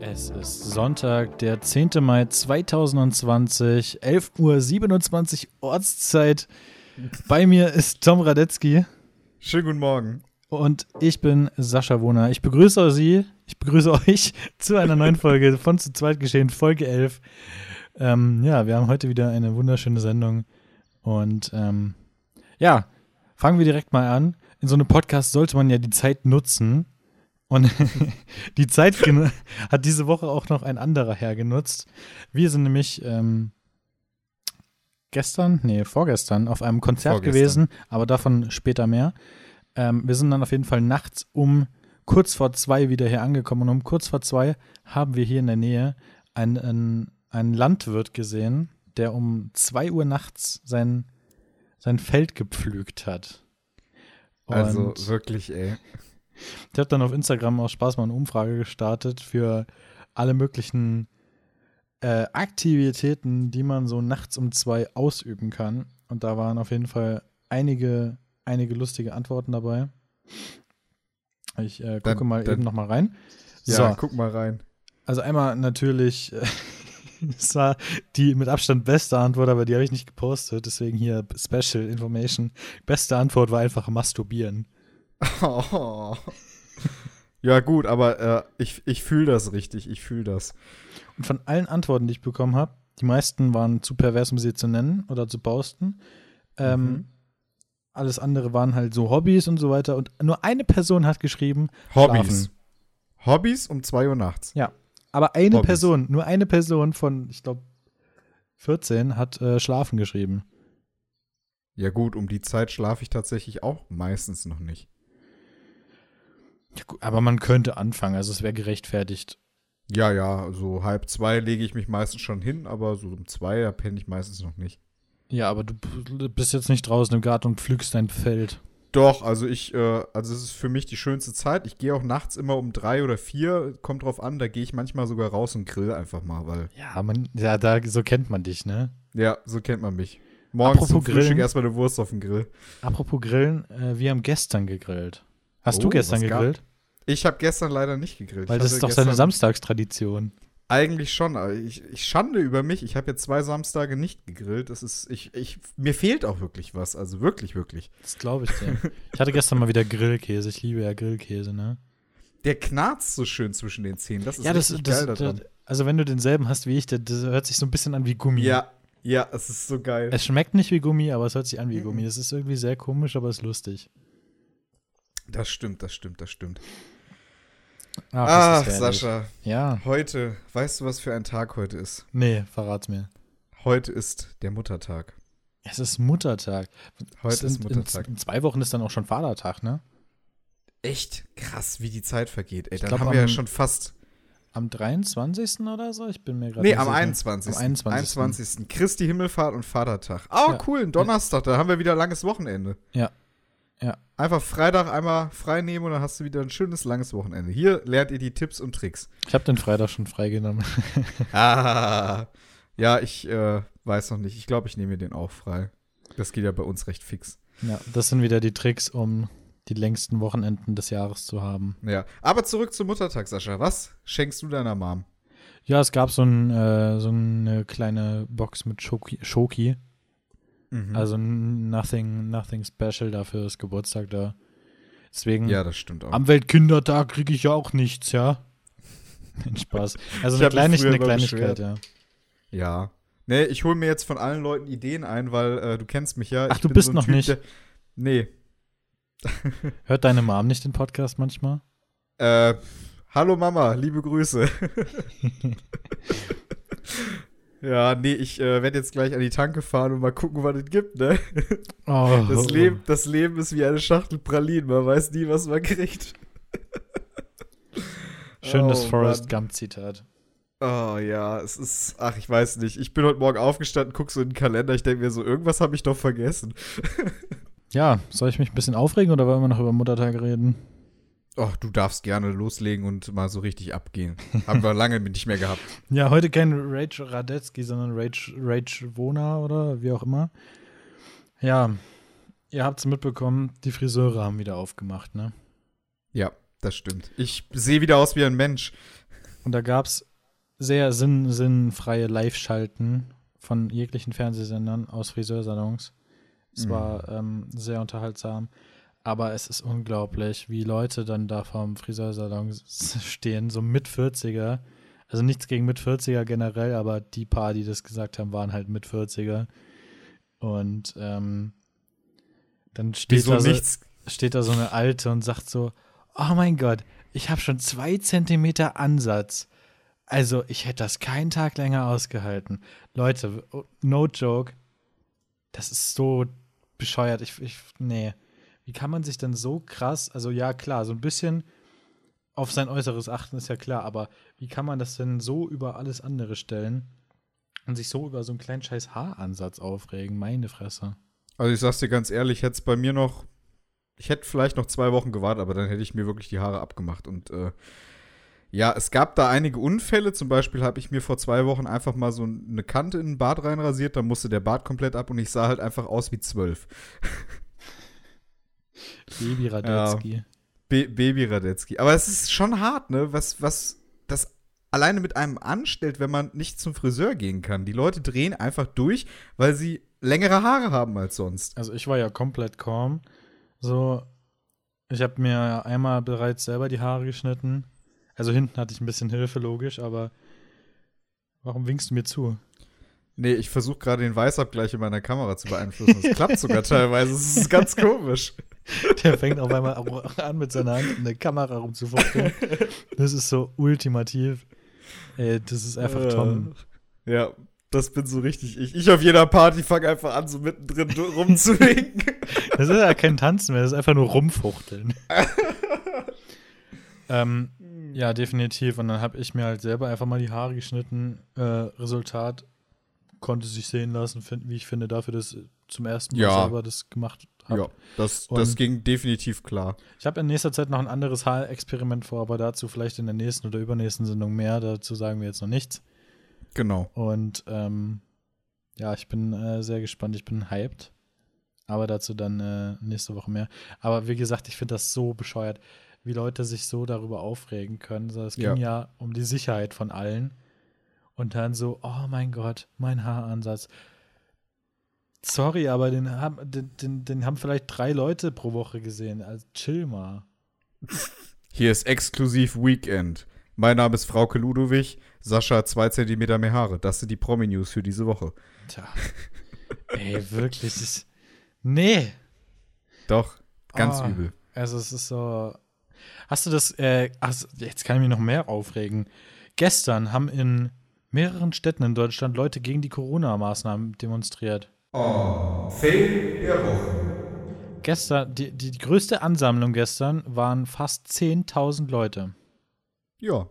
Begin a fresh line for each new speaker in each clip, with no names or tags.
Es ist Sonntag, der 10. Mai 2020, 11.27 Uhr Ortszeit. Bei mir ist Tom Radetzky
Schönen guten Morgen.
und ich bin Sascha Wohner. Ich begrüße Sie, ich begrüße euch zu einer neuen Folge von Zu Zweit geschehen, Folge 11. Ähm, ja, wir haben heute wieder eine wunderschöne Sendung und ähm, ja, fangen wir direkt mal an. In so einem Podcast sollte man ja die Zeit nutzen. Und die Zeit genu- hat diese Woche auch noch ein anderer Herr genutzt. Wir sind nämlich ähm, gestern, nee, vorgestern auf einem Konzert
Vorgestern.
gewesen, aber davon später mehr. Ähm, wir sind dann auf jeden Fall nachts um kurz vor zwei wieder hier angekommen. Und um kurz vor zwei haben wir hier in der Nähe einen, einen, einen Landwirt gesehen, der um zwei Uhr nachts sein, sein Feld gepflügt hat.
Also
Und-
wirklich, ey.
ich habe dann auf Instagram aus Spaß mal eine Umfrage gestartet für alle möglichen äh, Aktivitäten, die man so nachts um zwei ausüben kann. Und da waren auf jeden Fall einige, einige lustige Antworten dabei. Ich äh, gucke
Dann-
mal
dann-
eben noch mal rein.
Ja,
so,
guck mal rein.
also einmal natürlich, äh, das war die mit Abstand beste Antwort, aber die habe ich nicht gepostet. Deswegen hier Special Information. Beste Antwort war einfach masturbieren.
Ja gut, aber äh, ich, ich fühle das richtig, ich fühle das.
Und von allen Antworten, die ich bekommen habe, die meisten waren zu pervers, um sie zu nennen oder zu posten. Ähm,
Mhm.
Alles andere waren halt so Hobbys und so weiter. Und nur eine Person hat geschrieben,
Hobbys.
Schlafen.
Hobbys um 2 Uhr nachts.
ja. Aber eine
Hobbys.
Person, nur eine Person von, ich glaube, 14 hat äh, Schlafen geschrieben.
Ja gut, um die Zeit schlafe ich tatsächlich auch meistens noch nicht.
Ja, gut, aber man könnte anfangen, also es wäre gerechtfertigt.
Ja, ja, so halb zwei lege ich mich meistens schon hin, aber so um zwei, da penne ich meistens noch nicht.
Ja, aber du p- bist jetzt nicht draußen im Garten und pflügst dein Feld.
Doch, also ich, äh, also es ist für mich die schönste Zeit. Ich gehe auch nachts immer um drei oder vier, kommt drauf an, da gehe ich manchmal sogar raus und grill einfach mal, weil
Ja, man, ja, da, so kennt man dich, ne?
Ja, so kennt man mich. Morgens
Apropos
zum Frühstück
Grillen.
erstmal eine Wurst auf dem Grill.
Apropos Grillen, äh, wir haben gestern gegrillt. Hast du
Oh,
gestern
was gab-
gegrillt?
Ich habe gestern leider nicht gegrillt.
Weil
ich
das
hatte
ist doch
gestern-
seine Samstagstradition.
Eigentlich schon, aber ich, ich schande über mich. Ich habe jetzt zwei Samstage nicht gegrillt. Das ist, ich, ich, mir fehlt auch wirklich was. Also wirklich, wirklich.
Das glaube ich dir. ich hatte gestern mal wieder Grillkäse. Ich liebe ja Grillkäse, ne?
Der knarzt so schön zwischen den Zähnen. Das ist
ja, das,
richtig
das,
geil da
das
dran.
Also, wenn du denselben hast wie ich, das, das hört sich so ein bisschen an wie Gummi.
Ja, ja, es ist so geil.
Es schmeckt nicht wie Gummi, aber es hört sich an
Mhm.
wie Gummi. Es ist irgendwie sehr komisch, aber es ist lustig.
Das stimmt, das stimmt, das stimmt.
ist
Ach,
das herrlich.
Sascha,
Ja.
heute, weißt du, was für ein Tag heute ist?
Nee, verrat's mir.
Heute ist der Muttertag.
Es ist Muttertag. Es
Heute ist
in-
Muttertag.
In, in zwei Wochen ist dann auch schon Vatertag, ne?
Echt krass, wie die Zeit vergeht. Ey,
Ich
dann
glaub,
haben wir ja
am-
schon fast.
Am 23. oder so? Ich bin mir gerade
Nee,
nicht
am
sicher.
21.
Am 21.
21. Christi Himmelfahrt und Vatertag. Oh,
Ja.
cool, ein Donnerstag, da haben wir wieder ein langes Wochenende.
Ja. Ja.
Einfach Freitag einmal frei nehmen und dann hast du wieder ein schönes langes Wochenende. Hier lernt ihr die Tipps und Tricks.
Ich habe den Freitag schon freigenommen.
ah. Ja, ich äh, weiß noch nicht. Ich glaube, ich nehme mir den auch frei. Das geht ja bei uns recht fix.
Ja, das sind wieder die Tricks, um die längsten Wochenenden des Jahres zu haben.
Ja. Aber zurück zum Muttertag, Sascha. Was schenkst du deiner Mom?
Ja, es gab so, ein, äh, so eine kleine Box mit Schoki. Schoki.
Mhm.
Also nothing, nothing special dafür ist Geburtstag da. Deswegen
ja, das stimmt auch.
am Weltkindertag kriege ich ja auch nichts, ja. Nein, Spaß. Also
Ich
eine,
hab
Kleinigkeit,
mich früher
eine
immer
Kleinigkeit, ja.
Ja. Nee, ich hole mir jetzt von allen Leuten Ideen ein, weil äh, du kennst mich ja.
Ach,
ich
du
bin
bist
so ein
noch
Typ,
nicht.
Der, nee.
Hört deine Mom nicht den Podcast manchmal?
Äh, hallo Mama, liebe Grüße. ja, nee, ich äh, werde jetzt gleich an die Tanke fahren und mal gucken, was es gibt, ne?
Oh,
Das, Leben, das Leben ist wie eine Schachtel Pralinen, man weiß nie, was man kriegt.
Schönes
Oh,
Forrest
Mann.
Gump-Zitat.
Oh ja, es ist, ach, ich weiß nicht. Ich bin heute Morgen aufgestanden, guck so in den Kalender, ich denke mir so, irgendwas habe ich doch vergessen.
Ja, soll ich mich ein bisschen aufregen oder wollen wir noch über Muttertag reden?
Ach, Oh, du darfst gerne loslegen und mal so richtig abgehen. Haben wir lange nicht mehr gehabt.
Ja, heute kein Rage Radetzky, sondern Rage, Rage Wona oder wie auch immer. Ja, ihr habt's mitbekommen, die Friseure haben wieder aufgemacht, ne?
Ja, das stimmt. Ich sehe wieder aus wie ein Mensch.
Und da gab's sehr sinn sinnfreie Live-Schalten von jeglichen Fernsehsendern aus Friseursalons. Es
Mhm.
war ähm, sehr unterhaltsam. Aber es ist unglaublich, wie Leute dann da vom Friseursalon s- stehen, so mit 40er. Also nichts gegen mit 40er generell, aber die paar, die das gesagt haben, waren halt mit 40er. Und ähm, dann steht
Wieso
da so,
nichts?
steht da so eine Alte und sagt so, oh mein Gott, ich habe schon zwei Zentimeter Ansatz. Also ich hätte das keinen Tag länger ausgehalten. Leute, no joke, das ist so bescheuert. Ich, ich, nee. Wie kann man sich denn so krass, also ja klar, so ein bisschen auf sein Äußeres achten ist ja klar, aber wie kann man das denn so über alles andere stellen und sich so über so einen kleinen scheiß Haaransatz aufregen? Meine Fresse.
Also ich sag's dir ganz ehrlich, hätte es bei mir noch, ich hätte vielleicht noch zwei Wochen gewartet, aber dann hätte ich mir wirklich die Haare abgemacht. Und äh, ja, es gab da einige Unfälle. Zum Beispiel habe ich mir vor zwei Wochen einfach mal so eine Kante in den Bart reinrasiert, dann musste der Bart komplett ab und ich sah halt einfach aus wie zwölf.
Baby Radetzky.
Ba- Baby Radetzky. Aber es ist schon hart, ne? Was, was das alleine mit einem anstellt, wenn man nicht zum Friseur gehen kann. Die Leute drehen einfach durch, weil sie längere Haare haben als sonst.
Also ich war ja komplett calm. So, ich habe mir einmal bereits selber die Haare geschnitten. Also hinten hatte ich ein bisschen Hilfe, logisch, aber warum winkst du mir zu?
Nee, ich versuche gerade den Weißabgleich in meiner Kamera zu beeinflussen. Das klappt sogar teilweise. Es ist ganz komisch.
Der fängt auf einmal auch an, mit seiner Hand in der Kamera rumzufuchteln. Das ist so ultimativ. Ey, das ist einfach Tom.
Äh, Ja, das bin so richtig ich. Ich auf jeder Party fange einfach an, so mittendrin du- rumzuwinken.
Das ist ja kein Tanzen mehr, das ist einfach nur rumfuchteln. ähm, ja, definitiv. Und dann habe ich mir halt selber einfach mal die Haare geschnitten. Äh, Resultat konnte sich sehen lassen, find, wie ich finde, dafür, dass ich zum ersten Mal
Ja.
selber das gemacht habe.
ja, das,
Und-
das ging definitiv klar.
Ich habe in nächster Zeit noch ein anderes Haarexperiment vor, aber dazu vielleicht in der nächsten oder übernächsten Sendung mehr. Dazu sagen wir jetzt noch nichts.
Genau.
Und ähm, ja, ich bin äh, sehr gespannt, ich bin hyped. Aber dazu dann äh, nächste Woche mehr. Aber wie gesagt, ich finde das so bescheuert, wie Leute sich so darüber aufregen können. So, es ging
Ja.
ja. um die Sicherheit von allen. Und dann so, oh mein Gott, mein Haaransatz. Sorry, aber den haben, den, den, den haben vielleicht drei Leute pro Woche gesehen. Also chill mal.
Hier ist exklusiv Weekend. Mein Name ist Frauke Ludowig. Sascha hat zwei Zentimeter mehr Haare. Das sind die Promi-News für diese Woche.
Tja. Ey, wirklich. das ist- Nee.
Doch, ganz
Ah.
übel.
Also es ist so. Hast du das, äh, ach, jetzt kann ich mich noch mehr aufregen. Gestern haben in mehreren Städten in Deutschland Leute gegen die Corona-Maßnahmen demonstriert. Oh, Fail der Woche. Gestern, die, die, die größte Ansammlung gestern waren fast 10.000 Leute.
Ja.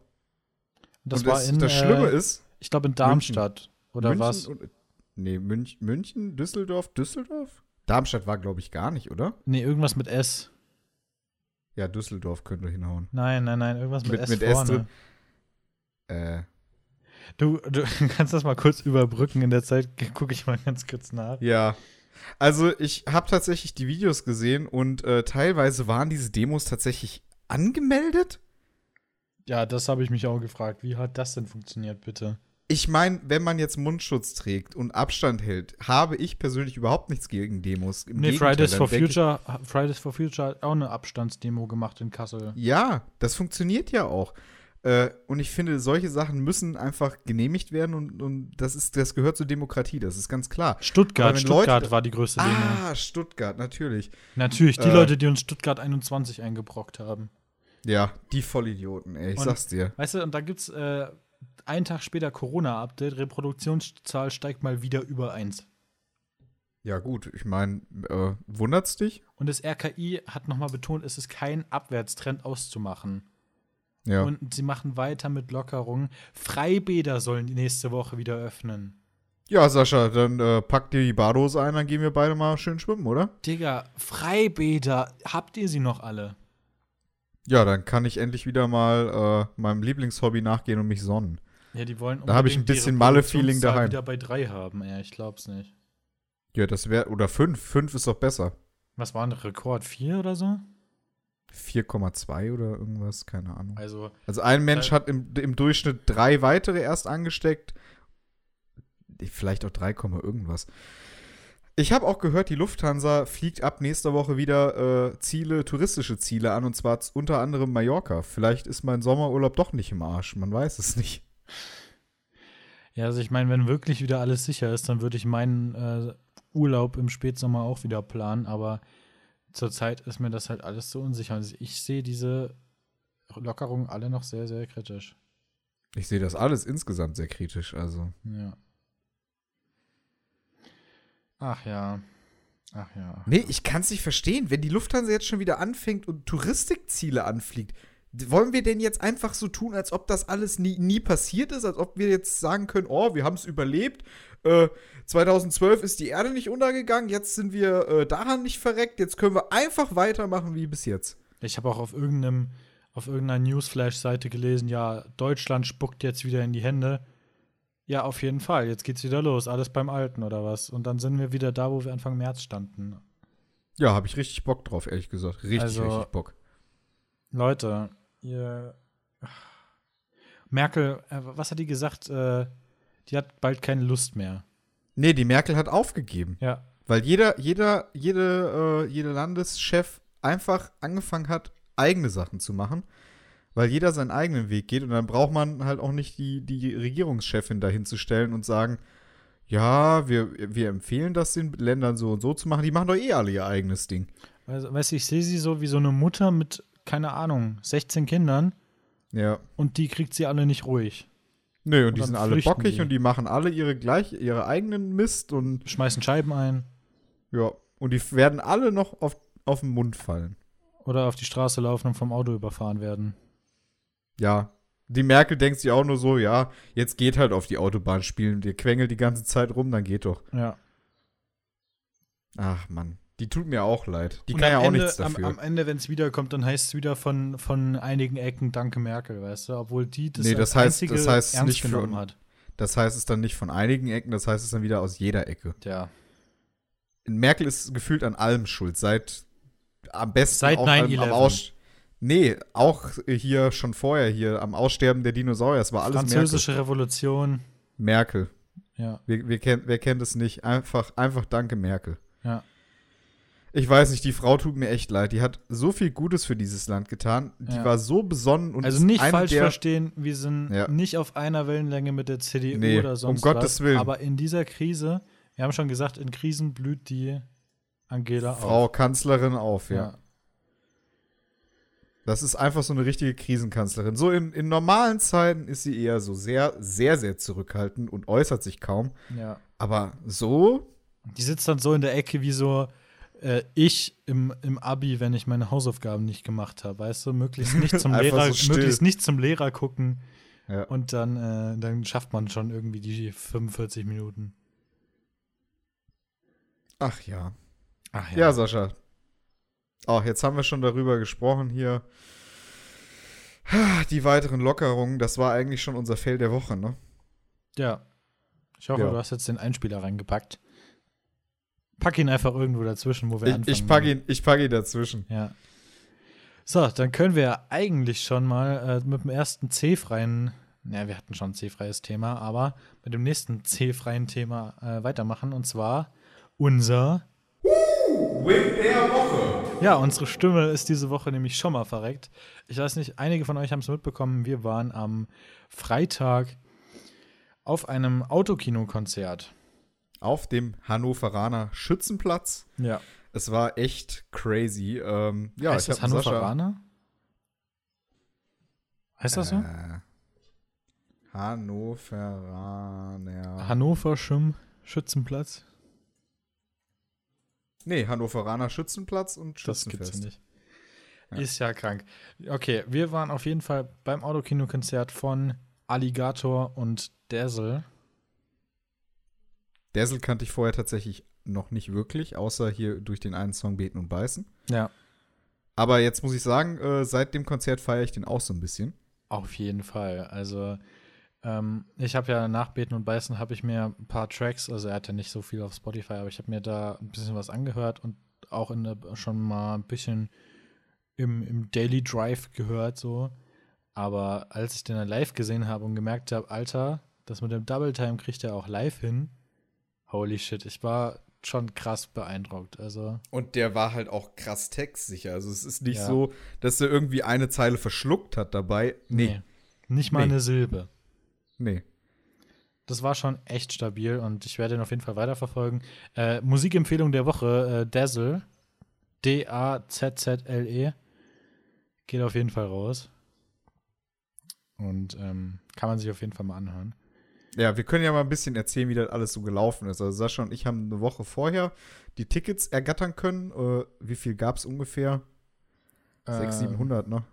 Das
Und
war
das,
in,
das Schlimme
äh,
ist,
ich glaube in Darmstadt oder
München
was?
und- nee, Münch, München, Düsseldorf, Düsseldorf? Darmstadt war, glaube ich, gar nicht, oder?
Nee, irgendwas mit S.
Ja, Düsseldorf könnte hinhauen.
Nein, nein, nein, irgendwas mit,
Mit-
S
mit S
vorne.
drin. Äh,
Du, du kannst das mal kurz überbrücken. In der Zeit gucke ich mal ganz kurz nach.
ja. Also, ich habe tatsächlich die Videos gesehen und äh, teilweise waren diese Demos tatsächlich angemeldet.
Ja, das habe ich mich auch gefragt. Wie hat das denn funktioniert, bitte?
Ich meine, wenn man jetzt Mundschutz trägt und Abstand hält, habe ich persönlich überhaupt nichts gegen Demos. Im
Nee,
Gegenteil,
Fridays
dann
for
denke ich-
Future, Fridays for Future hat auch eine Abstandsdemo gemacht in Kassel.
Ja, das funktioniert ja auch. Äh, und ich finde, solche Sachen müssen einfach genehmigt werden und, und das ist, das gehört zur Demokratie, das ist ganz klar. Aber
Stuttgart,
wenn
Stuttgart
Leute-
war die größte Demo.
Ah, Stuttgart, natürlich.
Natürlich, die
äh,
Leute, die uns Stuttgart 21 eingebrockt haben.
Ja, die Vollidioten, ey, ich
Und-
sag's dir.
Weißt du, und da gibt's äh, einen Tag später Corona-Update, Reproduktionszahl steigt mal wieder über eins.
Ja, gut, ich meine, äh, wundert's dich?
Und das RKI hat nochmal betont, es ist kein Abwärtstrend auszumachen.
Ja.
Und sie machen weiter mit Lockerungen. Freibäder sollen die nächste Woche wieder öffnen.
ja, Sascha, dann äh, pack dir die Badehose ein, dann gehen wir beide mal schön schwimmen, oder?
Digga, Freibäder, habt ihr sie noch alle?
Ja, dann kann ich endlich wieder mal äh, meinem Lieblingshobby nachgehen und mich sonnen.
Ja, die wollen
Da hab ich ein
unbedingt die
bisschen Malle-Feeling
Reproduktionszahl
daheim.
wieder bei drei haben, ey, ich glaub's nicht.
Ja, das wäre, oder fünf, fünf ist doch besser.
Was war ein Rekord? Vier oder so?
4,2 oder irgendwas, keine Ahnung.
Also,
Also ein Mensch hat im, im Durchschnitt drei weitere erst angesteckt. Vielleicht auch 3, Komma irgendwas. Ich habe auch gehört, die Lufthansa fliegt ab nächster Woche wieder äh, Ziele, touristische Ziele an, und zwar z- unter anderem Mallorca. Vielleicht ist mein Sommerurlaub doch nicht im Arsch, man weiß es nicht.
ja, also ich meine, wenn wirklich wieder alles sicher ist, dann würde ich meinen äh, Urlaub im Spätsommer auch wieder planen, aber zurzeit ist mir das halt alles so unsicher. Also ich sehe diese Lockerungen alle noch sehr, sehr kritisch.
Ich sehe das alles insgesamt sehr kritisch, also.
Ja. Ach ja. Ach ja.
Nee, ich kann es nicht verstehen. Wenn die Lufthansa jetzt schon wieder anfängt und Touristikziele anfliegt, d- wollen wir denn jetzt einfach so tun, als ob das alles nie, nie passiert ist? Als ob wir jetzt sagen können, oh, wir haben es überlebt. Äh, 2012 ist die Erde nicht untergegangen, jetzt sind wir äh, daran nicht verreckt, jetzt können wir einfach weitermachen wie bis jetzt.
Ich habe auch auf irgendeinem, auf irgendeiner Newsflash-Seite gelesen, ja, Deutschland spuckt jetzt wieder in die Hände. Ja, auf jeden Fall. Jetzt geht's wieder los. Alles beim Alten oder was? Und dann sind wir wieder da, wo wir Anfang März standen.
Ja, habe ich richtig Bock drauf, ehrlich gesagt. Richtig,
Also-
richtig Bock.
Leute, ihr. Merkel, äh, was hat die gesagt? Äh, die hat bald keine Lust mehr.
Nee, die Merkel hat aufgegeben.
Ja,
Weil jeder, jeder, jede, äh, jeder Landeschef einfach angefangen hat, eigene Sachen zu machen. Weil jeder seinen eigenen Weg geht und dann braucht man halt auch nicht die, die Regierungschefin dahin zu stellen und sagen, ja, wir, wir empfehlen das den Ländern so und so zu machen. Die machen doch eh alle ihr eigenes Ding.
also, weißt du, ich sehe sie so wie so eine Mutter mit, keine Ahnung, 16 Kindern
Ja.
und die kriegt sie alle nicht ruhig.
Nö, und, die
dann
sind alle
flüchten
bockig
die.
und die machen alle ihre gleich, ihre eigenen Mist und
Schmeißen Scheiben ein
ja. Und die werden alle noch auf, auf den Mund fallen.
oder auf die Straße laufen und vom Auto überfahren werden.
Ja. Die Merkel denkt sich auch nur so, ja, jetzt geht halt auf die Autobahn spielen. Ihr quengelt die ganze Zeit rum, dann geht doch.
Ja.
Ach Mann, die tut mir auch leid. Die
Und
kann ja
am
auch
Ende,
nichts dafür.
Am, am Ende, wenn es wiederkommt, dann heißt es wieder von, von einigen Ecken Danke Merkel, weißt du? Obwohl die das,
Nee,
als
das heißt-
einzige
das heißt
ernst
nicht für-
genommen hat.
das heißt es dann nicht von einigen Ecken, das heißt es dann wieder aus jeder Ecke.
Ja.
Merkel ist gefühlt an allem schuld, seit am besten
Seit
auch am,
9/11.
am Aus Nee, auch hier schon vorher hier am Aussterben der Dinosaurier, es war alles
Französische Revolution.
Merkel. Merkel.
Ja.
Wir, wir kennt, wer kennt es nicht? Einfach, einfach danke Merkel.
Ja.
Ich weiß nicht, die Frau tut mir echt leid. Die hat so viel Gutes für dieses Land getan. Die
Ja.
war so besonnen und
Also
ist
nicht
eine
falsch
der,
verstehen, wir sind
Ja.
nicht auf einer Wellenlänge mit der CDU
Nee,
oder
um
sonst was.
Gottes Willen.
Aber in dieser Krise, wir haben schon gesagt, in Krisen blüht die Angela
Frau
auf.
Kanzlerin auf, ja.
Ja.
Das ist einfach so eine richtige Krisenkanzlerin. So in, in normalen Zeiten ist sie eher so sehr, sehr, sehr zurückhaltend und äußert sich kaum.
ja.
Aber so,
Die sitzt dann so in der Ecke wie so äh, ich im, im Abi, wenn ich meine Hausaufgaben nicht gemacht habe, weißt du, möglichst nicht zum
Einfach
Lehrer,
so still.
möglichst nicht zum Lehrer gucken
ja.
und dann, äh, dann schafft man schon irgendwie die 45 Minuten.
ach ja.
Ach
ja. Sascha. Ach, jetzt haben wir schon darüber gesprochen hier. Die weiteren Lockerungen, das war eigentlich schon unser Fail der Woche, ne?
Ja. Ich hoffe,
Ja.
du hast jetzt den Einspieler reingepackt. Pack ihn einfach irgendwo dazwischen, wo wir
Ich,
anfangen.
ich packe
wollen.
ihn, ich pack ihn dazwischen.
Ja. So, dann können wir ja eigentlich schon mal äh, mit dem ersten C-freien, ja, wir hatten schon ein C-freies Thema, aber mit dem nächsten C-freien Thema äh, weitermachen und zwar unser. Ja, unsere Stimme ist diese Woche nämlich schon mal verreckt. Ich weiß nicht, einige von euch haben es mitbekommen. Wir waren am Freitag auf einem Autokinokonzert.
auf dem Hannoveraner Schützenplatz.
Ja.
Es war echt crazy. Ähm, ja,
heißt das
hab mit Sascha-
Hannoveraner? Heißt das so?
Äh, Hannoveraner.
Hannover Schirm Schützenplatz?
nee, Hannoveraner Schützenplatz und
Das gibt's
Schützenfest.
ja nicht. Ist ja krank. Okay, wir waren auf jeden Fall beim Autokino-Konzert von Alligator und Dazzle.
Dazzle kannte ich vorher tatsächlich noch nicht wirklich, außer hier durch den einen Song Beten und Beißen.
Ja.
Aber jetzt muss ich sagen, äh, seit dem Konzert feiere ich den auch so ein bisschen.
Auf jeden Fall. Also, ähm, ich habe ja nach Beten und Beißen habe ich mir ein paar Tracks, also er hat ja nicht so viel auf Spotify, aber ich habe mir da ein bisschen was angehört und auch in der, schon mal ein bisschen im, im Daily Drive gehört, so. Aber als ich den dann live gesehen habe und gemerkt habe, Alter, das mit dem Double Time kriegt er auch live hin. Holy shit, ich war schon krass beeindruckt. Also,
Und der war halt auch krass textsicher. Also es ist nicht
Ja.
so, dass er irgendwie eine Zeile verschluckt hat dabei. Nee,
nee. Nicht mal
Nee.
eine Silbe.
nee.
Das war schon echt stabil und ich werde ihn auf jeden Fall weiterverfolgen. Äh, Musikempfehlung der Woche, äh, Dazzle. D-A-Z-Z-L-E. E. Geht auf jeden Fall raus. Und ähm, kann man sich auf jeden Fall mal anhören.
Ja, wir können ja mal ein bisschen erzählen, wie das alles so gelaufen ist. Also Sascha und ich haben eine Woche vorher die Tickets ergattern können. Äh, wie viel gab es ungefähr? Sechs,
Ähm,
700, ne?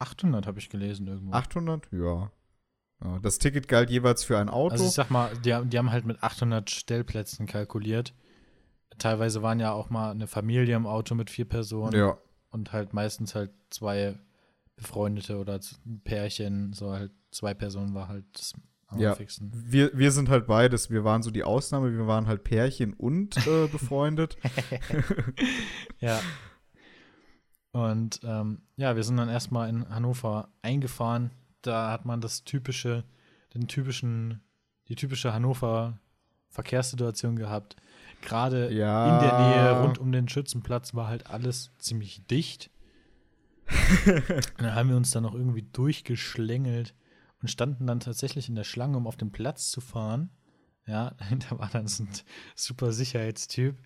800 habe ich gelesen irgendwo.
800? Ja. ja. Das Ticket galt jeweils für ein Auto.
Also ich sag mal, die, haben- die haben halt mit 800 Stellplätzen kalkuliert. Teilweise waren ja auch mal eine Familie im Auto mit vier Personen
ja.
und halt meistens halt zwei Befreundete oder z- ein Pärchen, so halt zwei Personen war halt das am
Ja.
häufigsten.
Wir, wir sind halt beides. Wir waren so die Ausnahme. Wir waren halt Pärchen und äh, befreundet.
Ja. Und ähm, ja, wir sind dann erstmal in Hannover eingefahren. Da hat man das typische, den typischen, die typische Hannover Verkehrssituation gehabt. Gerade
Ja.
in der
Ah.
Nähe rund um den Schützenplatz war halt alles ziemlich dicht. und dann haben wir uns dann noch irgendwie durchgeschlängelt und standen dann tatsächlich in der Schlange, um auf den Platz zu fahren. Ja, dahinter war dann so ein super Sicherheitstyp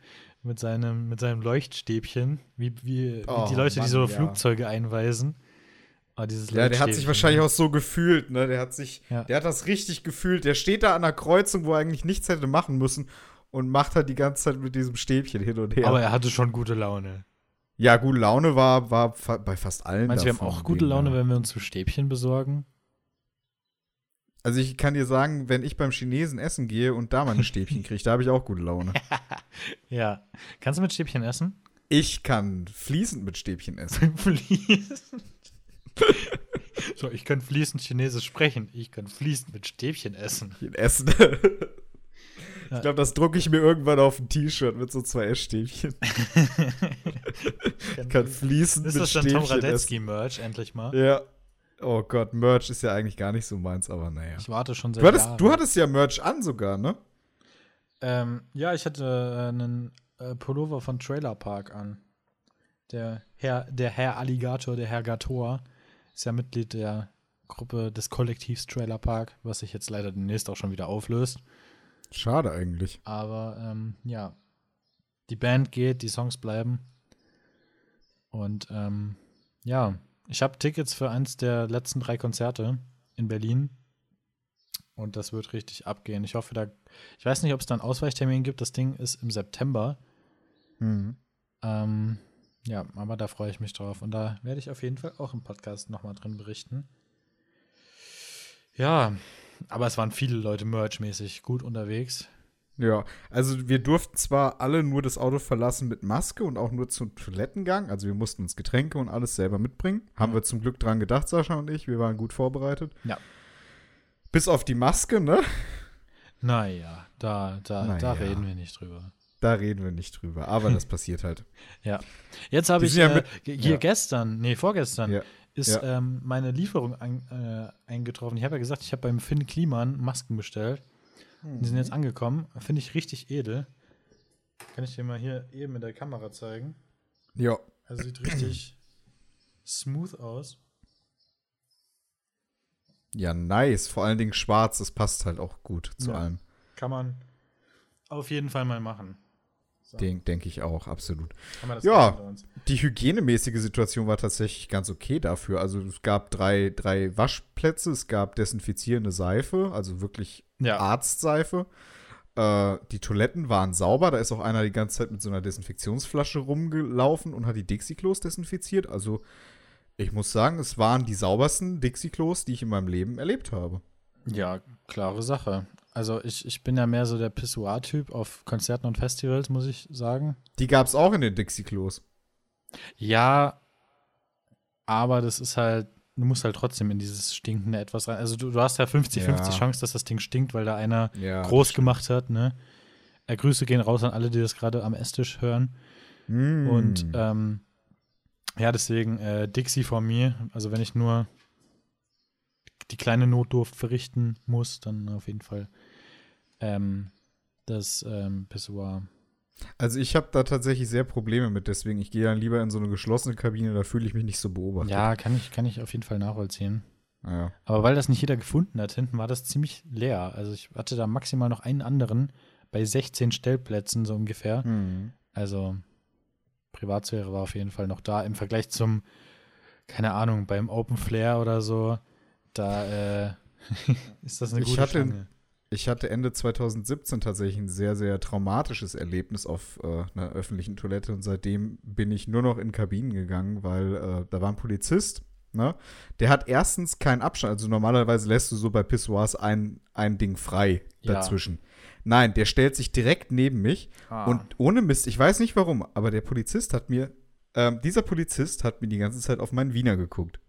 mit seinem, mit seinem Leuchtstäbchen, wie, wie,
Oh,
wie die Leute,
Mann,
die so
ja.
Flugzeuge einweisen. Aber dieses
Ja, der hat sich
Leuchtstäbchen, ne?
wahrscheinlich auch so gefühlt, ne? Der hat sich,
Ja.
der hat das richtig gefühlt. Der steht da an der Kreuzung, wo er eigentlich nichts hätte machen müssen und macht halt die ganze Zeit mit diesem Stäbchen hin und her.
Aber er hatte schon gute Laune.
ja, gute Laune war, war fa bei fast allen.
Meinst du, wir haben
davon
auch gute Laune,
Gegner.
wenn wir uns so Stäbchen besorgen?
Also ich kann dir sagen, wenn ich beim Chinesen essen gehe und da meine Stäbchen kriege, da habe ich auch gute Laune.
Ja. Kannst du mit Stäbchen essen?
Ich kann fließend mit Stäbchen essen.
fließend. so, ich kann fließend Chinesisch sprechen. Ich kann fließend mit Stäbchen essen.
Essen. Ich glaube, das drucke ich mir irgendwann auf ein T-Shirt mit so zwei Essstäbchen. Ich kann fließend
ist
mit
das dann
Stäbchen
Tom
essen.
Radetzky-Merch endlich mal?
Ja. Oh Gott, Merch ist ja eigentlich gar nicht so meins, aber naja.
Ich warte schon seit
Du hattest,
Jahren.
du hattest ja Merch an sogar, ne?
ähm, ja, ich hatte äh, einen äh, Pullover von Trailer Park an. Der Herr, der Herr Alligator, der Herr Gator, ist ja Mitglied der Gruppe des Kollektivs Trailer Park, was sich jetzt leider demnächst auch schon wieder auflöst.
Schade eigentlich.
Aber ähm, ja, die Band geht, die Songs bleiben. Und ähm, ja, ich habe Tickets für eins der letzten drei Konzerte in Berlin. Und das wird richtig abgehen. Ich hoffe, da. Ich weiß nicht, ob es da einen Ausweichtermin gibt. Das Ding ist im September.
Hm.
Ähm, ja, aber da freue ich mich drauf. Und da werde ich auf jeden Fall auch im Podcast nochmal drin berichten. Ja, aber es waren viele Leute merchmäßig gut unterwegs.
Ja, also wir durften zwar alle nur das Auto verlassen mit Maske und auch nur zum Toilettengang. Also wir mussten uns Getränke und alles selber mitbringen. Haben wir zum Glück dran gedacht, Sascha und ich. Wir waren gut vorbereitet.
Ja.
Bis auf die Maske, ne?
Naja, da, da, da
Naja.
reden wir nicht drüber.
Da reden wir nicht drüber. Aber das passiert halt.
Ja. Jetzt habe
Die
ich
sind ja
äh,
mit-
ge- hier
ja.
gestern, nee, vorgestern,
Ja,
ist
ja.
Ähm, meine Lieferung ein, äh, eingetroffen. Ich habe ja gesagt, ich habe beim Finn Kliman Masken bestellt. Die sind
Mhm.
jetzt angekommen. Finde ich richtig edel. Kann ich dir mal hier eben mit der Kamera zeigen.
Ja.
Also sieht richtig smooth aus.
Ja, nice. Vor allen Dingen schwarz. Das passt halt auch gut zu
Ja.
allem.
Kann man auf jeden Fall mal machen.
Denke denk ich auch, absolut.
Haben wir das
Ja.
gleich hinter uns.
Die hygienemäßige Situation war tatsächlich ganz okay dafür. Also es gab drei, drei Waschplätze, es gab desinfizierende Seife, also wirklich
Ja.
Arztseife. Äh, die Toiletten waren sauber, da ist auch einer die ganze Zeit mit so einer Desinfektionsflasche rumgelaufen und hat die Dixie-Klos desinfiziert. Also ich muss sagen, es waren die saubersten Dixie-Klos, die ich in meinem Leben erlebt habe.
Ja, klare Sache. Also ich, ich bin ja mehr so der Pissoir-Typ auf Konzerten und Festivals, muss ich sagen.
Die gab es auch in den Dixie-Klos.
Ja, aber das ist halt, du musst halt trotzdem in dieses stinkende etwas rein. Also du, du hast ja 50-50
Ja.
Chance, dass das Ding stinkt, weil da einer
Ja.
groß gemacht hat, ne? Äh, Grüße gehen raus an alle, die das gerade am Esstisch hören.
Mm.
Und ähm, Ja, deswegen äh, Dixie for me. Also wenn ich nur die kleine Notdurft verrichten muss, dann auf jeden Fall ähm, das ähm, Pissoir.
Also ich habe da tatsächlich sehr Probleme mit, deswegen ich gehe dann lieber in so eine geschlossene Kabine, da fühle ich mich nicht so beobachtet.
Ja, kann ich, kann ich auf jeden Fall nachvollziehen.
Ja.
Aber weil das nicht jeder gefunden hat, hinten war das ziemlich leer. Also ich hatte da maximal noch einen anderen bei 16 Stellplätzen so ungefähr.
Hm.
Also Privatsphäre war auf jeden Fall noch da im Vergleich zum, keine Ahnung, beim Open Flair oder so. Da äh, ist das eine
Ich
gute
hatte-
Schlange.
Ich hatte Ende 2017 tatsächlich ein sehr, sehr traumatisches Erlebnis auf äh, einer öffentlichen Toilette und seitdem bin ich nur noch in Kabinen gegangen, weil äh, da war ein Polizist, ne? Der hat erstens keinen Abstand, also normalerweise lässt du so bei Pissoirs ein, ein Ding frei
Ja.
dazwischen. Nein, der stellt sich direkt neben mich
Ah.
und ohne Mist, ich weiß nicht warum, aber der Polizist hat mir, ähm, dieser Polizist hat mir die ganze Zeit auf meinen Wiener geguckt.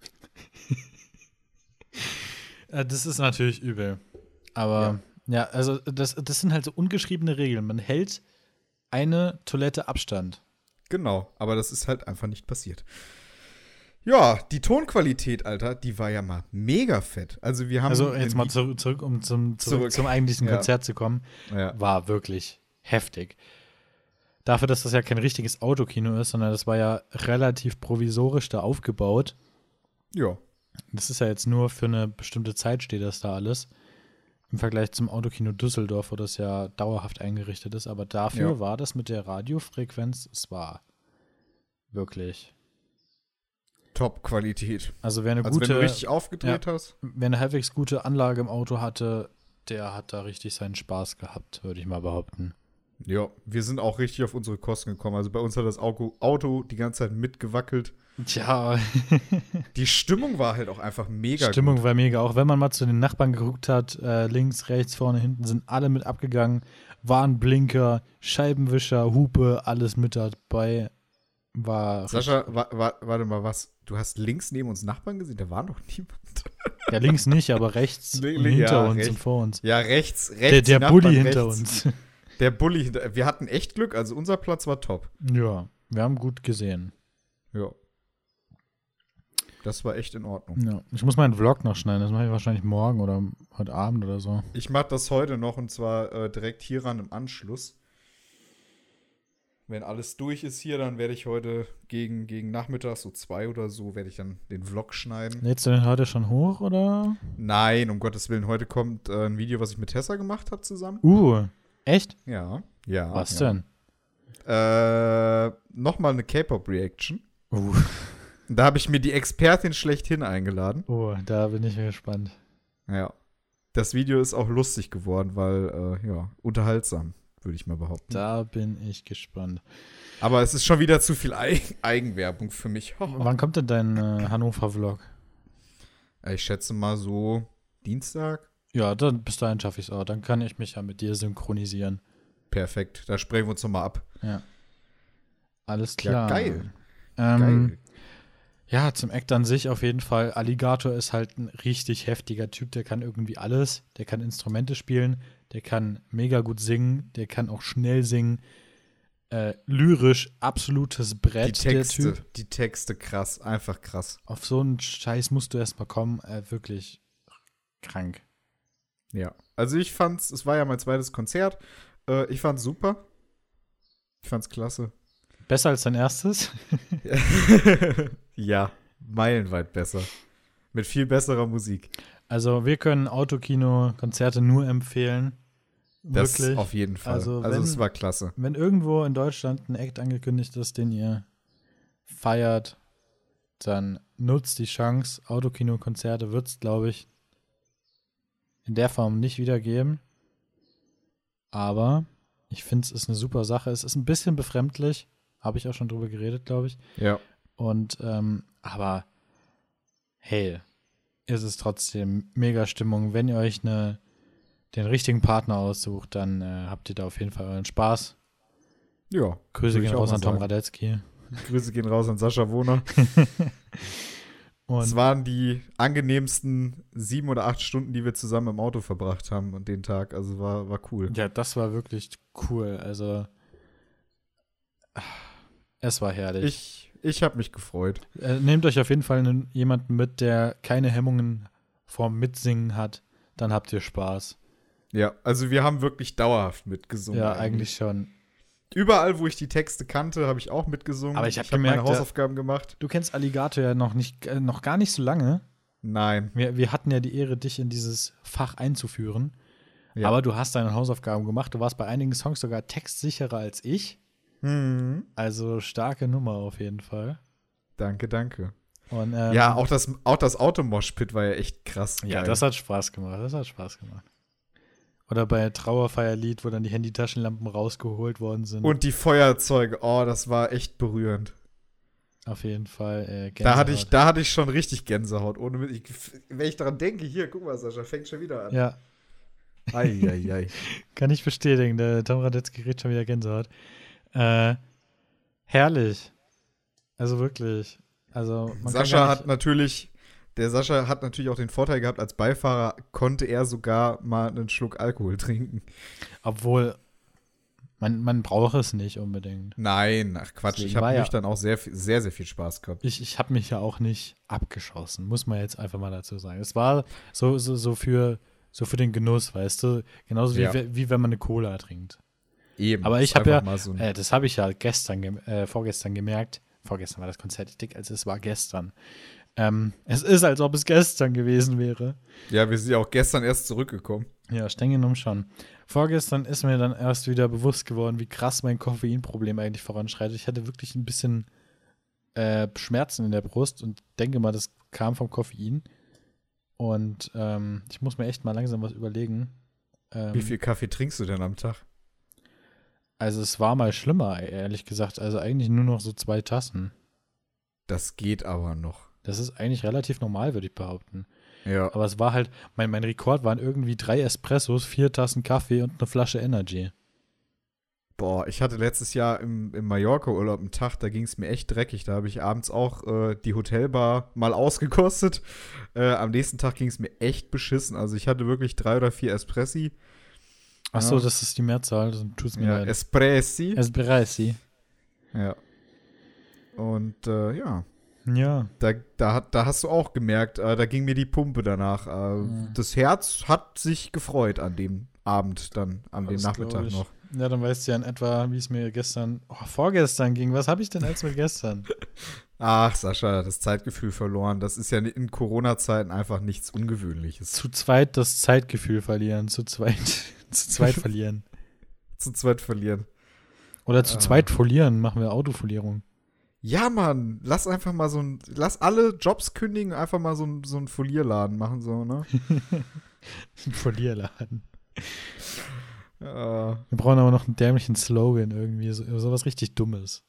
Äh, Das ist natürlich übel. Aber ja, also das, das sind halt so ungeschriebene Regeln. Man hält eine Toilette Abstand.
Genau, aber das ist halt einfach nicht passiert. Ja, die Tonqualität, Alter, die war ja mal mega fett. Also wir haben
Also jetzt
in-
mal zurück, zurück um zum, zurück,
Zurück.
zum eigentlichen
Ja.
Konzert zu kommen.
ja,
War wirklich heftig. Dafür, dass das ja kein richtiges Autokino ist, sondern das war ja relativ provisorisch da aufgebaut.
ja,
Das ist ja jetzt nur für eine bestimmte Zeit steht das da alles. Im Vergleich zum Autokino Düsseldorf, wo das ja dauerhaft eingerichtet ist. Aber dafür
Ja.
war das mit der Radiofrequenz, es war wirklich.
Top-Qualität.
Also wer eine
Also wenn
gute,
du richtig aufgedreht hast,
wer eine halbwegs gute Anlage im Auto hatte, der hat da richtig seinen Spaß gehabt, würde ich mal behaupten.
ja, wir sind auch richtig auf unsere Kosten gekommen. Also bei uns hat das Auto, Auto die ganze Zeit mitgewackelt.
Tja,
Die Stimmung war halt auch einfach mega
Stimmung
gut.
war mega. Auch wenn man mal zu den Nachbarn geguckt hat, äh, links, rechts, vorne, hinten sind alle mit abgegangen. Warnblinker, Scheibenwischer, Hupe, alles mit dabei. War
Sascha, wa wa warte mal, was? Du hast links neben uns Nachbarn gesehen? Da war noch niemand.
ja links nicht, aber rechts
Li-
und
li-
hinter
ja,
uns und
rechts.
vor uns.
Ja, rechts, rechts.
Der,
die
der
Nachbarn
Bulli hinter
rechts.
uns.
Der Bulli hinter. Wir hatten echt Glück, also unser Platz war top.
ja, wir haben gut gesehen.
Ja. Das war echt in Ordnung.
Ja. Ich muss meinen Vlog noch schneiden. Das mache ich wahrscheinlich morgen oder heute Abend oder so.
Ich mache das heute noch und zwar äh, direkt hieran im Anschluss. Wenn alles durch ist hier, dann werde ich heute gegen, gegen Nachmittag, so zwei oder so, werde ich dann den Vlog schneiden.
Lädst du den heute schon hoch oder?
Nein, um Gottes Willen, heute kommt äh, ein Video, was ich mit Tessa gemacht habe zusammen.
Uh, echt?
Ja. Ja.
Was
ja.
denn?
Äh, Nochmal eine K-Pop-Reaction.
Uh,
Da habe ich mir die Expertin schlechthin eingeladen.
oh, da bin ich gespannt.
Ja. Das Video ist auch lustig geworden, weil, äh, ja, unterhaltsam, würde ich mal behaupten.
Da bin ich gespannt.
Aber es ist schon wieder zu viel Ei- Eigenwerbung für mich.
Wann kommt denn dein äh, Hannover-Vlog?
Ich schätze mal so Dienstag.
Ja, dann bis dahin schaffe ich es auch. Dann kann ich mich ja mit dir synchronisieren.
Perfekt, da sprechen wir uns nochmal ab.
Alles
Ja,
klar.
geil.
Ähm,
Geil.
Ja, zum Act an sich auf jeden Fall. Alligator ist halt ein richtig heftiger Typ. Der kann irgendwie alles. Der kann Instrumente spielen. Der kann mega gut singen. Der kann auch schnell singen. Äh, lyrisch absolutes
Die
Brett, der
Texte,
Typ.
die Texte krass, einfach krass.
Auf so einen Scheiß musst du erstmal kommen. Äh, wirklich krank.
Ja. Also ich fand's, es war ja mein zweites Konzert. Äh, ich fand's super. Ich fand's klasse.
Besser als dein erstes?
ja, meilenweit besser. Mit viel besserer Musik.
Also wir können Autokino-Konzerte nur empfehlen.
Das
Wirklich.
auf jeden Fall.
Also
Also, also
wenn-
es war klasse.
Wenn irgendwo in Deutschland ein Act angekündigt ist, den ihr feiert, dann nutzt die Chance. Autokino-Konzerte wird es, glaube ich, in der Form nicht wieder geben. Aber ich finde, es ist eine super Sache. Es ist ein bisschen befremdlich. Habe ich auch schon drüber geredet, glaube ich.
Ja.
Und ähm, aber hey, ist es trotzdem mega Stimmung. Wenn ihr euch ne, den richtigen Partner aussucht, dann äh, habt ihr da auf jeden Fall euren Spaß.
Ja.
Grüße
Würde ich
gehen
auch
raus
mal
an Tom
sagen.
Radetzky.
Grüße gehen raus an Sascha Wohner. Es
Und
waren die angenehmsten sieben oder acht Stunden, die wir zusammen im Auto verbracht haben und den Tag. Also war, war cool.
ja, das war wirklich cool. Also es war herrlich.
Ich, Ich habe mich gefreut.
Äh, nehmt euch auf jeden Fall einen, jemanden mit, der keine Hemmungen vorm Mitsingen hat. Dann habt ihr Spaß.
Ja, also wir haben wirklich dauerhaft mitgesungen.
ja, eigentlich schon.
Überall, wo ich die Texte kannte, habe ich auch mitgesungen.
Aber ich hab
meine
gemerkt, äh ja-
Hausaufgaben gemacht.
Du kennst Alligator ja noch, nicht, äh, noch gar nicht so lange.
Nein.
Wir, wir hatten ja die Ehre, dich in dieses Fach einzuführen.
Ja.
Aber du hast deine Hausaufgaben gemacht. Du warst bei einigen Songs sogar textsicherer als ich.
Hm.
Also starke Nummer auf jeden Fall.
Danke, danke.
Und, ähm,
ja, auch das, auch das Automosh-Pit war ja echt krass.
ja,
geil.
das hat Spaß gemacht. Das hat Spaß gemacht. Oder bei Trauerfeierlied, wo dann die Handytaschenlampen rausgeholt worden sind.
Und die Feuerzeuge, oh, das war echt berührend.
auf jeden Fall. Äh,
Da hatte, ich,
Gänsehaut.
da hatte ich schon richtig Gänsehaut. Ohne, Mist. ich, wenn ich daran denke, hier, guck mal, Sascha, fängt schon wieder an.
Ja,
Eieiei.
kann ich bestätigen. Der Tom Radetzky kriegt schon wieder Gänsehaut. Äh, herrlich. Also wirklich. Also man kann
Sascha
gar
hat natürlich, der Sascha hat natürlich auch den Vorteil gehabt, als Beifahrer konnte er sogar mal einen Schluck Alkohol trinken.
Obwohl, man, man braucht es nicht unbedingt.
Nein, ach Quatsch,
Deswegen
ich
war
habe
ja-
nüchtern auch sehr, viel- sehr, sehr viel Spaß gehabt.
Ich, ich habe mich ja auch nicht abgeschossen, muss man jetzt einfach mal dazu sagen. Es war so, so, so, für, so für den Genuss, weißt du? Genauso wie,
Ja.
we- wie wenn man eine Cola trinkt.
Eben.
Aber
das
ich
ist
habe ja,
einfach mal so ein,
äh, das habe ich ja gestern, gem- äh, vorgestern gemerkt. Vorgestern war das Konzert, ich denke, als es war gestern. Ähm, es ist, als ob es gestern gewesen wäre.
ja, wir sind ja auch gestern erst zurückgekommen.
Ja, streng genommen schon. Vorgestern ist mir dann erst wieder bewusst geworden, wie krass mein Koffeinproblem eigentlich voranschreitet. Ich hatte wirklich ein bisschen äh, Schmerzen in der Brust und denke mal, das kam vom Koffein. Und ähm, ich muss mir echt mal langsam was überlegen. Ähm,
Wie viel Kaffee trinkst du denn am Tag?
Also es war mal schlimmer, ehrlich gesagt. Also eigentlich nur noch so zwei Tassen.
Das geht aber noch.
Das ist eigentlich relativ normal, würde ich behaupten.
Ja.
Aber es war halt, mein, mein Rekord waren irgendwie drei Espressos, vier Tassen Kaffee und eine Flasche Energy.
Boah, ich hatte letztes Jahr im, im Mallorca-Urlaub einen Tag, da ging es mir echt dreckig. Da habe ich abends auch äh, die Hotelbar mal ausgekostet. Äh, am nächsten Tag ging es mir echt beschissen. Also ich hatte wirklich drei oder vier Espressi.
Ach so,
Ja.
das ist die Mehrzahl, dann tut's mir
Ja,
leid.
Espressi.
Espressi.
ja. Und äh, ja,
Ja.
da, da, hat- da hast du auch gemerkt, äh, da ging mir die Pumpe danach. Äh,
Mhm.
Das Herz hat sich gefreut an dem Abend dann, an dem
das glaub
Nachmittag
ich.
noch.
Ja, dann weißt du ja in etwa, wie es mir gestern, oh, vorgestern ging. Was habe ich denn als mit gestern?
Ach, Sascha, das Zeitgefühl verloren. Das ist ja in Corona-Zeiten einfach nichts Ungewöhnliches.
zu zweit das Zeitgefühl verlieren, zu zweit, zu zweit verlieren.
zu zweit verlieren.
Oder zu
Ah.
zweit folieren, machen wir Autofolierung.
Ja, Mann, lass einfach mal so ein, lass alle Jobs kündigen, einfach mal so ein, so ein Folierladen machen, so, ne?
Folierladen.
äh,
Wir brauchen aber noch einen dämlichen Slogan irgendwie, so, sowas richtig Dummes.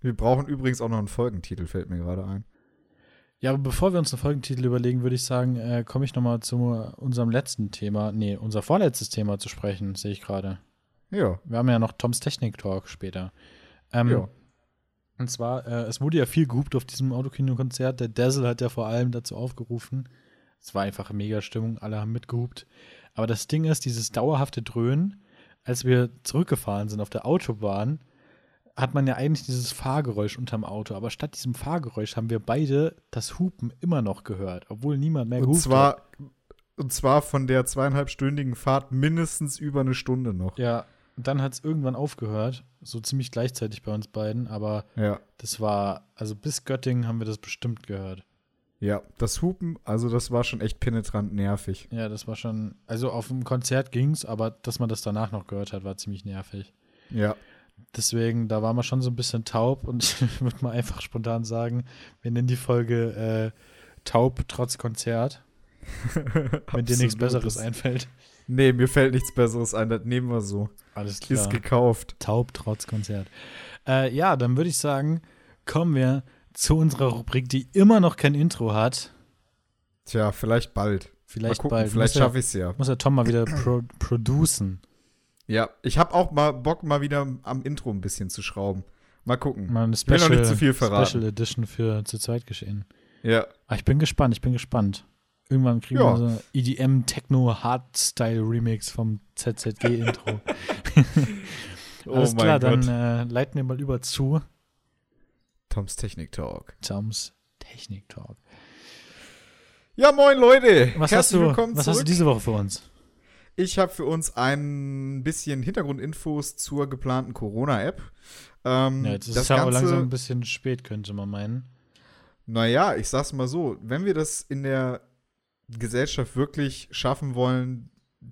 wir brauchen übrigens auch noch einen Folgentitel, fällt mir gerade ein.
Ja, aber bevor wir uns einen Folgentitel überlegen, würde ich sagen, äh, komme ich nochmal zu unserem letzten Thema, nee, unser vorletztes Thema zu sprechen, sehe ich gerade.
Ja,
Wir haben ja noch Toms Technik-Talk später. Ähm,
ja.
Und zwar, äh, es wurde ja viel gehupt auf diesem Autokino-Konzert. Der Dazzle hat ja vor allem dazu aufgerufen. Es war einfach mega Stimmung, alle haben mitgehupt. Aber das Ding ist, dieses dauerhafte Dröhnen, als wir zurückgefahren sind auf der Autobahn, hat man ja eigentlich dieses Fahrgeräusch unterm Auto. Aber statt diesem Fahrgeräusch haben wir beide das Hupen immer noch gehört, obwohl niemand mehr
Und
gehupt hat.
zwar, und zwar von der zweieinhalbstündigen Fahrt mindestens über eine Stunde noch.
Ja, und dann hat es irgendwann aufgehört. So ziemlich gleichzeitig bei uns beiden. Aber
Ja,
das war, also bis Göttingen haben wir das bestimmt gehört.
ja. Das Hupen, also das war schon echt penetrant nervig.
Ja, das war schon. Also auf dem Konzert ging's, aber dass man das danach noch gehört hat, war ziemlich nervig.
Ja.
Deswegen, da waren wir schon so ein bisschen taub und ich würde mal einfach spontan sagen, wir nennen die Folge äh, Taub trotz Konzert, wenn dir nichts
Absolutes.
Besseres einfällt.
Nee, mir fällt nichts Besseres ein, das nehmen wir so.
Alles klar.
Ist gekauft.
Taub trotz Konzert. Äh, ja, dann würde ich sagen, kommen wir zu unserer Rubrik, die immer noch kein Intro hat.
Tja, vielleicht bald.
Vielleicht
mal gucken,
bald.
vielleicht
muss,
schaffe
ja,
ich es ja.
muss ja Tom mal wieder pro producen.
Ja, ich habe auch mal Bock, mal wieder am Intro ein bisschen zu schrauben. Mal gucken.
Mal eine
Ich will
Special,
noch nicht zu viel verraten.
Special Edition für zu zweit geschehen.
Ja,
Ah, ich bin gespannt, ich bin gespannt. Irgendwann kriegen
Ja.
wir so eine EDM Techno Hardstyle Remix vom ZZG Intro.
Oh
Alles
mein
klar,
Gott.
dann äh, leiten wir mal über zu
Toms Technik Talk.
Toms Technik Talk.
Ja, moin Leute.
Was, hast du, was hast du diese Woche für uns?
Ich habe für uns ein bisschen Hintergrundinfos zur geplanten Corona-App. Ähm,
Ja, jetzt ist es ja auch langsam ein bisschen spät, könnte man meinen.
Naja, ich sag's mal so, wenn wir das in der Gesellschaft wirklich schaffen wollen,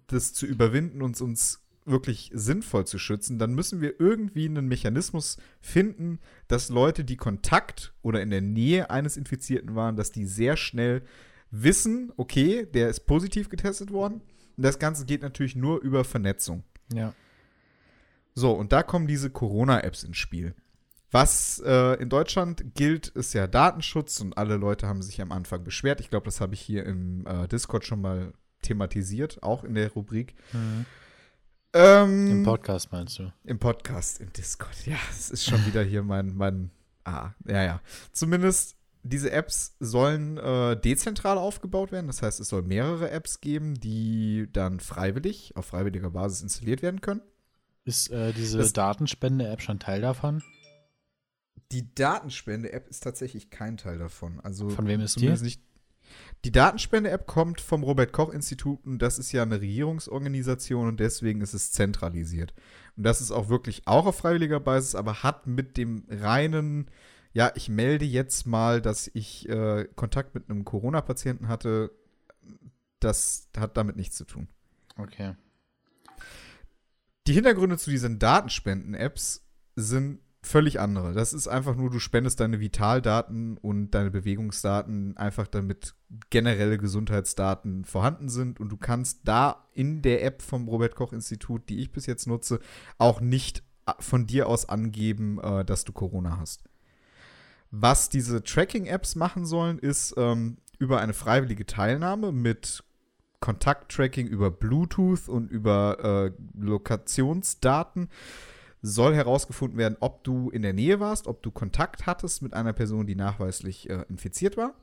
das zu überwinden und uns wirklich sinnvoll zu schützen, dann müssen wir irgendwie einen Mechanismus finden, dass Leute, die Kontakt oder in der Nähe eines Infizierten waren, dass die sehr schnell wissen, okay, der ist positiv getestet worden. Und das Ganze geht natürlich nur über Vernetzung.
Ja.
So, und da kommen diese Corona-Apps ins Spiel. Was äh, in Deutschland gilt, ist ja Datenschutz und alle Leute haben sich am Anfang beschwert. Ich glaube, das habe ich hier im äh, Discord schon mal thematisiert, auch in der Rubrik.
Mhm.
Ähm,
Im Podcast meinst du?
im Podcast, im Discord. Ja, es ist schon wieder hier mein, mein, ah, ja, ja. Zumindest diese Apps sollen äh, dezentral aufgebaut werden. Das heißt, es soll mehrere Apps geben, die dann freiwillig, auf freiwilliger Basis installiert werden können.
Ist äh, diese
Das-
Datenspende-App schon Teil davon?
Die Datenspende-App ist tatsächlich kein Teil davon. Also
Von wem ist die?
zumindest nicht. Die Datenspende-App kommt vom Robert-Koch-Institut und das ist ja eine Regierungsorganisation und deswegen ist es zentralisiert. Und das ist auch wirklich auch auf freiwilliger Basis, aber hat mit dem reinen, ja, ich melde jetzt mal, dass ich äh, Kontakt mit einem Corona-Patienten hatte, das hat damit nichts zu tun.
Okay.
Die Hintergründe zu diesen Datenspenden-Apps sind völlig andere. Das ist einfach nur, du spendest deine Vitaldaten und deine Bewegungsdaten einfach damit generelle Gesundheitsdaten vorhanden sind und du kannst da in der App vom Robert Koch Institut, die ich bis jetzt nutze, auch nicht a- von dir aus angeben, äh, dass du Corona hast. Was diese Tracking-Apps machen sollen, ist ähm, über eine freiwillige Teilnahme mit Kontakttracking über Bluetooth und über äh, Lokationsdaten soll herausgefunden werden, ob du in der Nähe warst, ob du Kontakt hattest mit einer Person, die nachweislich äh, infiziert war.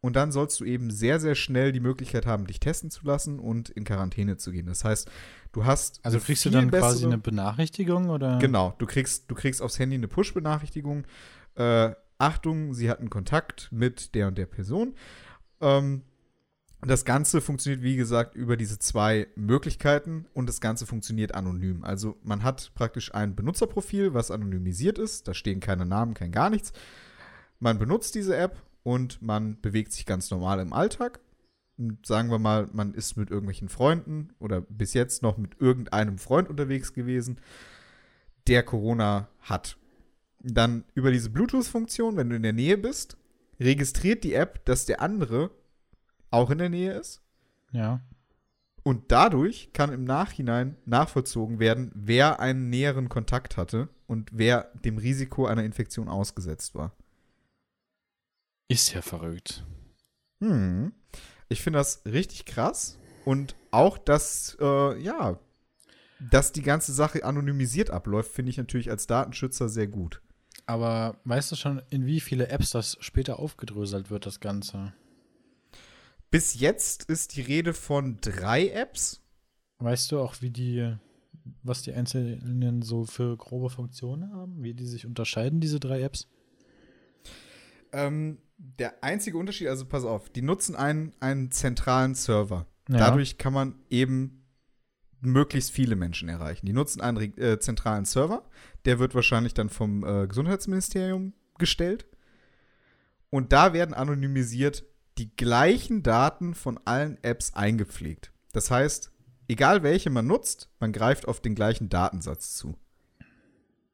Und dann sollst du eben sehr, sehr schnell die Möglichkeit haben, dich testen zu lassen und in Quarantäne zu gehen. Das heißt, du hast.
Also
eine
kriegst du
viel
dann quasi
bessere-
eine Benachrichtigung oder?
Genau, du kriegst, du kriegst aufs Handy eine Push-Benachrichtigung. Äh, Achtung, sie hatten Kontakt mit der und der Person. Ähm, das Ganze funktioniert, wie gesagt, über diese zwei Möglichkeiten und das Ganze funktioniert anonym. Also man hat praktisch ein Benutzerprofil, was anonymisiert ist. Da stehen keine Namen, kein gar nichts. Man benutzt diese App und man bewegt sich ganz normal im Alltag. Und sagen wir mal, man ist mit irgendwelchen Freunden oder bis jetzt noch mit irgendeinem Freund unterwegs gewesen der Corona hat. Dann über diese Bluetooth-Funktion, wenn du in der Nähe bist, registriert die App, dass der andere auch in der Nähe ist.
Ja.
Und dadurch kann im Nachhinein nachvollzogen werden, wer einen näheren Kontakt hatte und wer dem Risiko einer Infektion ausgesetzt war.
Ist ja verrückt.
Hm. Ich finde das richtig krass. Und auch, dass, äh, ja, dass die ganze Sache anonymisiert abläuft, finde ich natürlich als Datenschützer sehr gut.
Aber weißt du schon, in wie viele Apps das später aufgedröselt wird, das Ganze?
Bis jetzt ist die Rede von drei Apps.
Weißt du auch, wie die, was die einzelnen so für grobe Funktionen haben? Wie die sich unterscheiden, diese drei Apps?
Ähm, der einzige Unterschied, also pass auf, die nutzen einen, einen zentralen Server.
Ja.
Dadurch kann man eben möglichst viele Menschen erreichen. Die nutzen einen reg- äh, zentralen Server. Der wird wahrscheinlich dann vom äh, Gesundheitsministerium gestellt. Und da werden anonymisiert die gleichen Daten von allen Apps eingepflegt. Das heißt, egal welche man nutzt, man greift auf den gleichen Datensatz zu.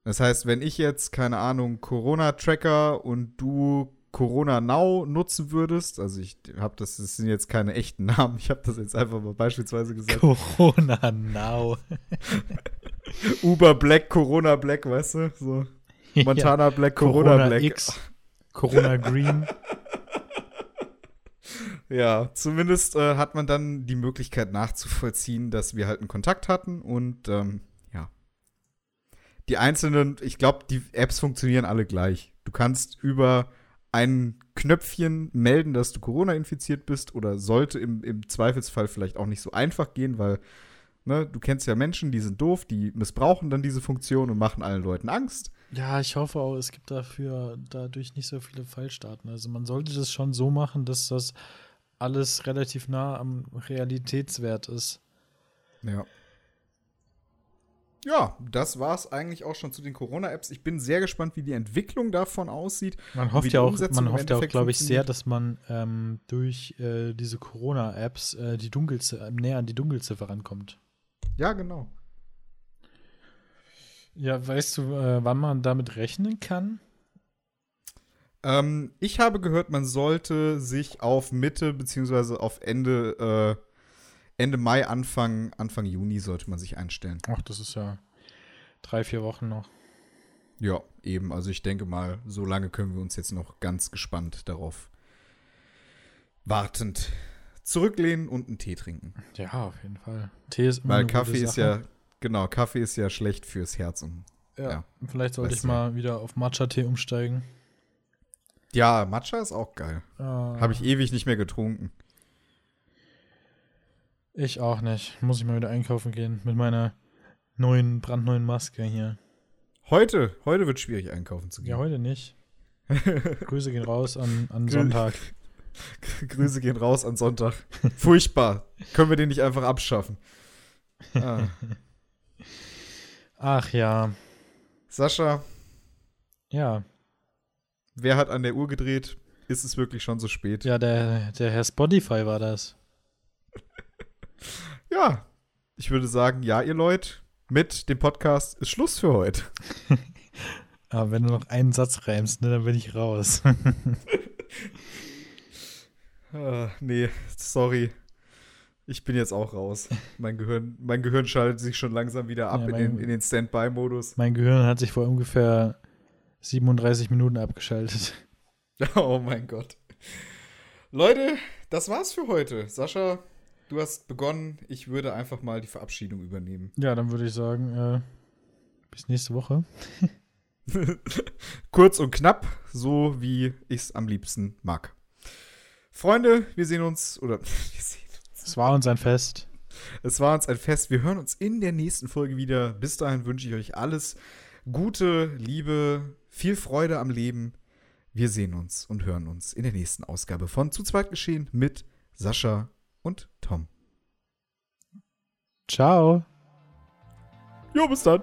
Das heißt, wenn ich jetzt, keine Ahnung, Corona-Tracker und du Corona Now nutzen würdest, also ich habe das, das sind jetzt keine echten Namen, ich habe das jetzt einfach mal beispielsweise gesagt,
Corona Now.
Uber Black, Corona Black, weißt du, so Montana Black, Corona, Black.
X, Corona Green.
Ja, zumindest äh, hat man dann die Möglichkeit nachzuvollziehen, dass wir halt einen Kontakt hatten und ähm, ja. Die einzelnen, ich glaube, die Apps funktionieren alle gleich. Du kannst über ein Knöpfchen melden, dass du Corona infiziert bist oder sollte im, im Zweifelsfall vielleicht auch nicht so einfach gehen, weil ne, du kennst ja Menschen, die sind doof, die missbrauchen dann diese Funktion und machen allen Leuten Angst.
Ja, ich hoffe auch, es gibt dafür dadurch nicht so viele Fallstarten. Also man sollte das schon so machen, dass das alles relativ nah am Realitätswert ist.
Ja. Ja, das war es eigentlich auch schon zu den Corona-Apps. Ich bin sehr gespannt, wie die Entwicklung davon aussieht.
Man
wie
hofft
die
ja auch,
Umsetzung
man
im
hofft ja auch,
Endeffekt
glaube ich, sehr,
funktioniert.
dass man ähm, durch äh, diese Corona-Apps äh, die Dunkelziffer äh, näher an die Dunkelziffer rankommt.
Ja, genau.
Ja, weißt du, äh, wann man damit rechnen kann?
Ähm, ich habe gehört, man sollte sich auf Mitte beziehungsweise auf Ende, äh, Ende Mai, Anfang, Anfang Juni sollte man sich einstellen.
Ach, das ist ja drei, vier Wochen noch.
Ja, eben. Also ich denke mal, so lange können wir uns jetzt noch ganz gespannt darauf wartend zurücklehnen und einen Tee trinken.
Ja, auf jeden Fall. Tee ist immer
Weil
eine gute
Kaffee ist
Sache.
ja, genau, Kaffee ist ja schlecht fürs Herz. Und,
Ja,
ja.
vielleicht sollte
Weißt
ich
du.
mal wieder auf Matcha-Tee umsteigen.
ja, Matcha ist auch geil.
Äh,
Habe ich ewig nicht mehr getrunken.
Ich auch nicht. Muss ich mal wieder einkaufen gehen mit meiner neuen, brandneuen Maske hier.
Heute, heute wird schwierig einkaufen zu gehen.
Ja, heute nicht. Grüße gehen raus an, an Sonntag.
Grüße gehen raus an Sonntag. Furchtbar. Können wir den nicht einfach abschaffen? Ah.
Ach ja,
Sascha,
ja.
wer hat an der Uhr gedreht? Ist es wirklich schon so spät?
Ja, der, der Herr Spotify war das.
Ja, ich würde sagen, ja, ihr Leute, mit dem Podcast ist Schluss für heute.
Aber Ah, wenn du noch einen Satz reimst, ne, dann bin ich raus.
Ah, nee, sorry. Ich bin jetzt auch raus. Mein Gehirn, mein Gehirn schaltet sich schon langsam wieder ab
Ja,
in
mein-
den, in den Standby-Modus.
mein Gehirn hat sich vor ungefähr 37 Minuten abgeschaltet.
Oh mein Gott. Leute, das war's für heute. Sascha, du hast begonnen. Ich würde einfach mal die Verabschiedung übernehmen.
Ja, dann würde ich sagen, äh, bis nächste Woche.
Kurz und knapp, so wie ich's am liebsten mag. Freunde, wir sehen uns oder wir sehen
Es war uns ein Fest.
Es war uns ein Fest. Wir hören uns in der nächsten Folge wieder. Bis dahin wünsche ich euch alles Gute, Liebe, viel Freude am Leben. Wir sehen uns und hören uns in der nächsten Ausgabe von Zu zweit geschehen mit Sascha und Tom.
Ciao.
Jo, bis dann.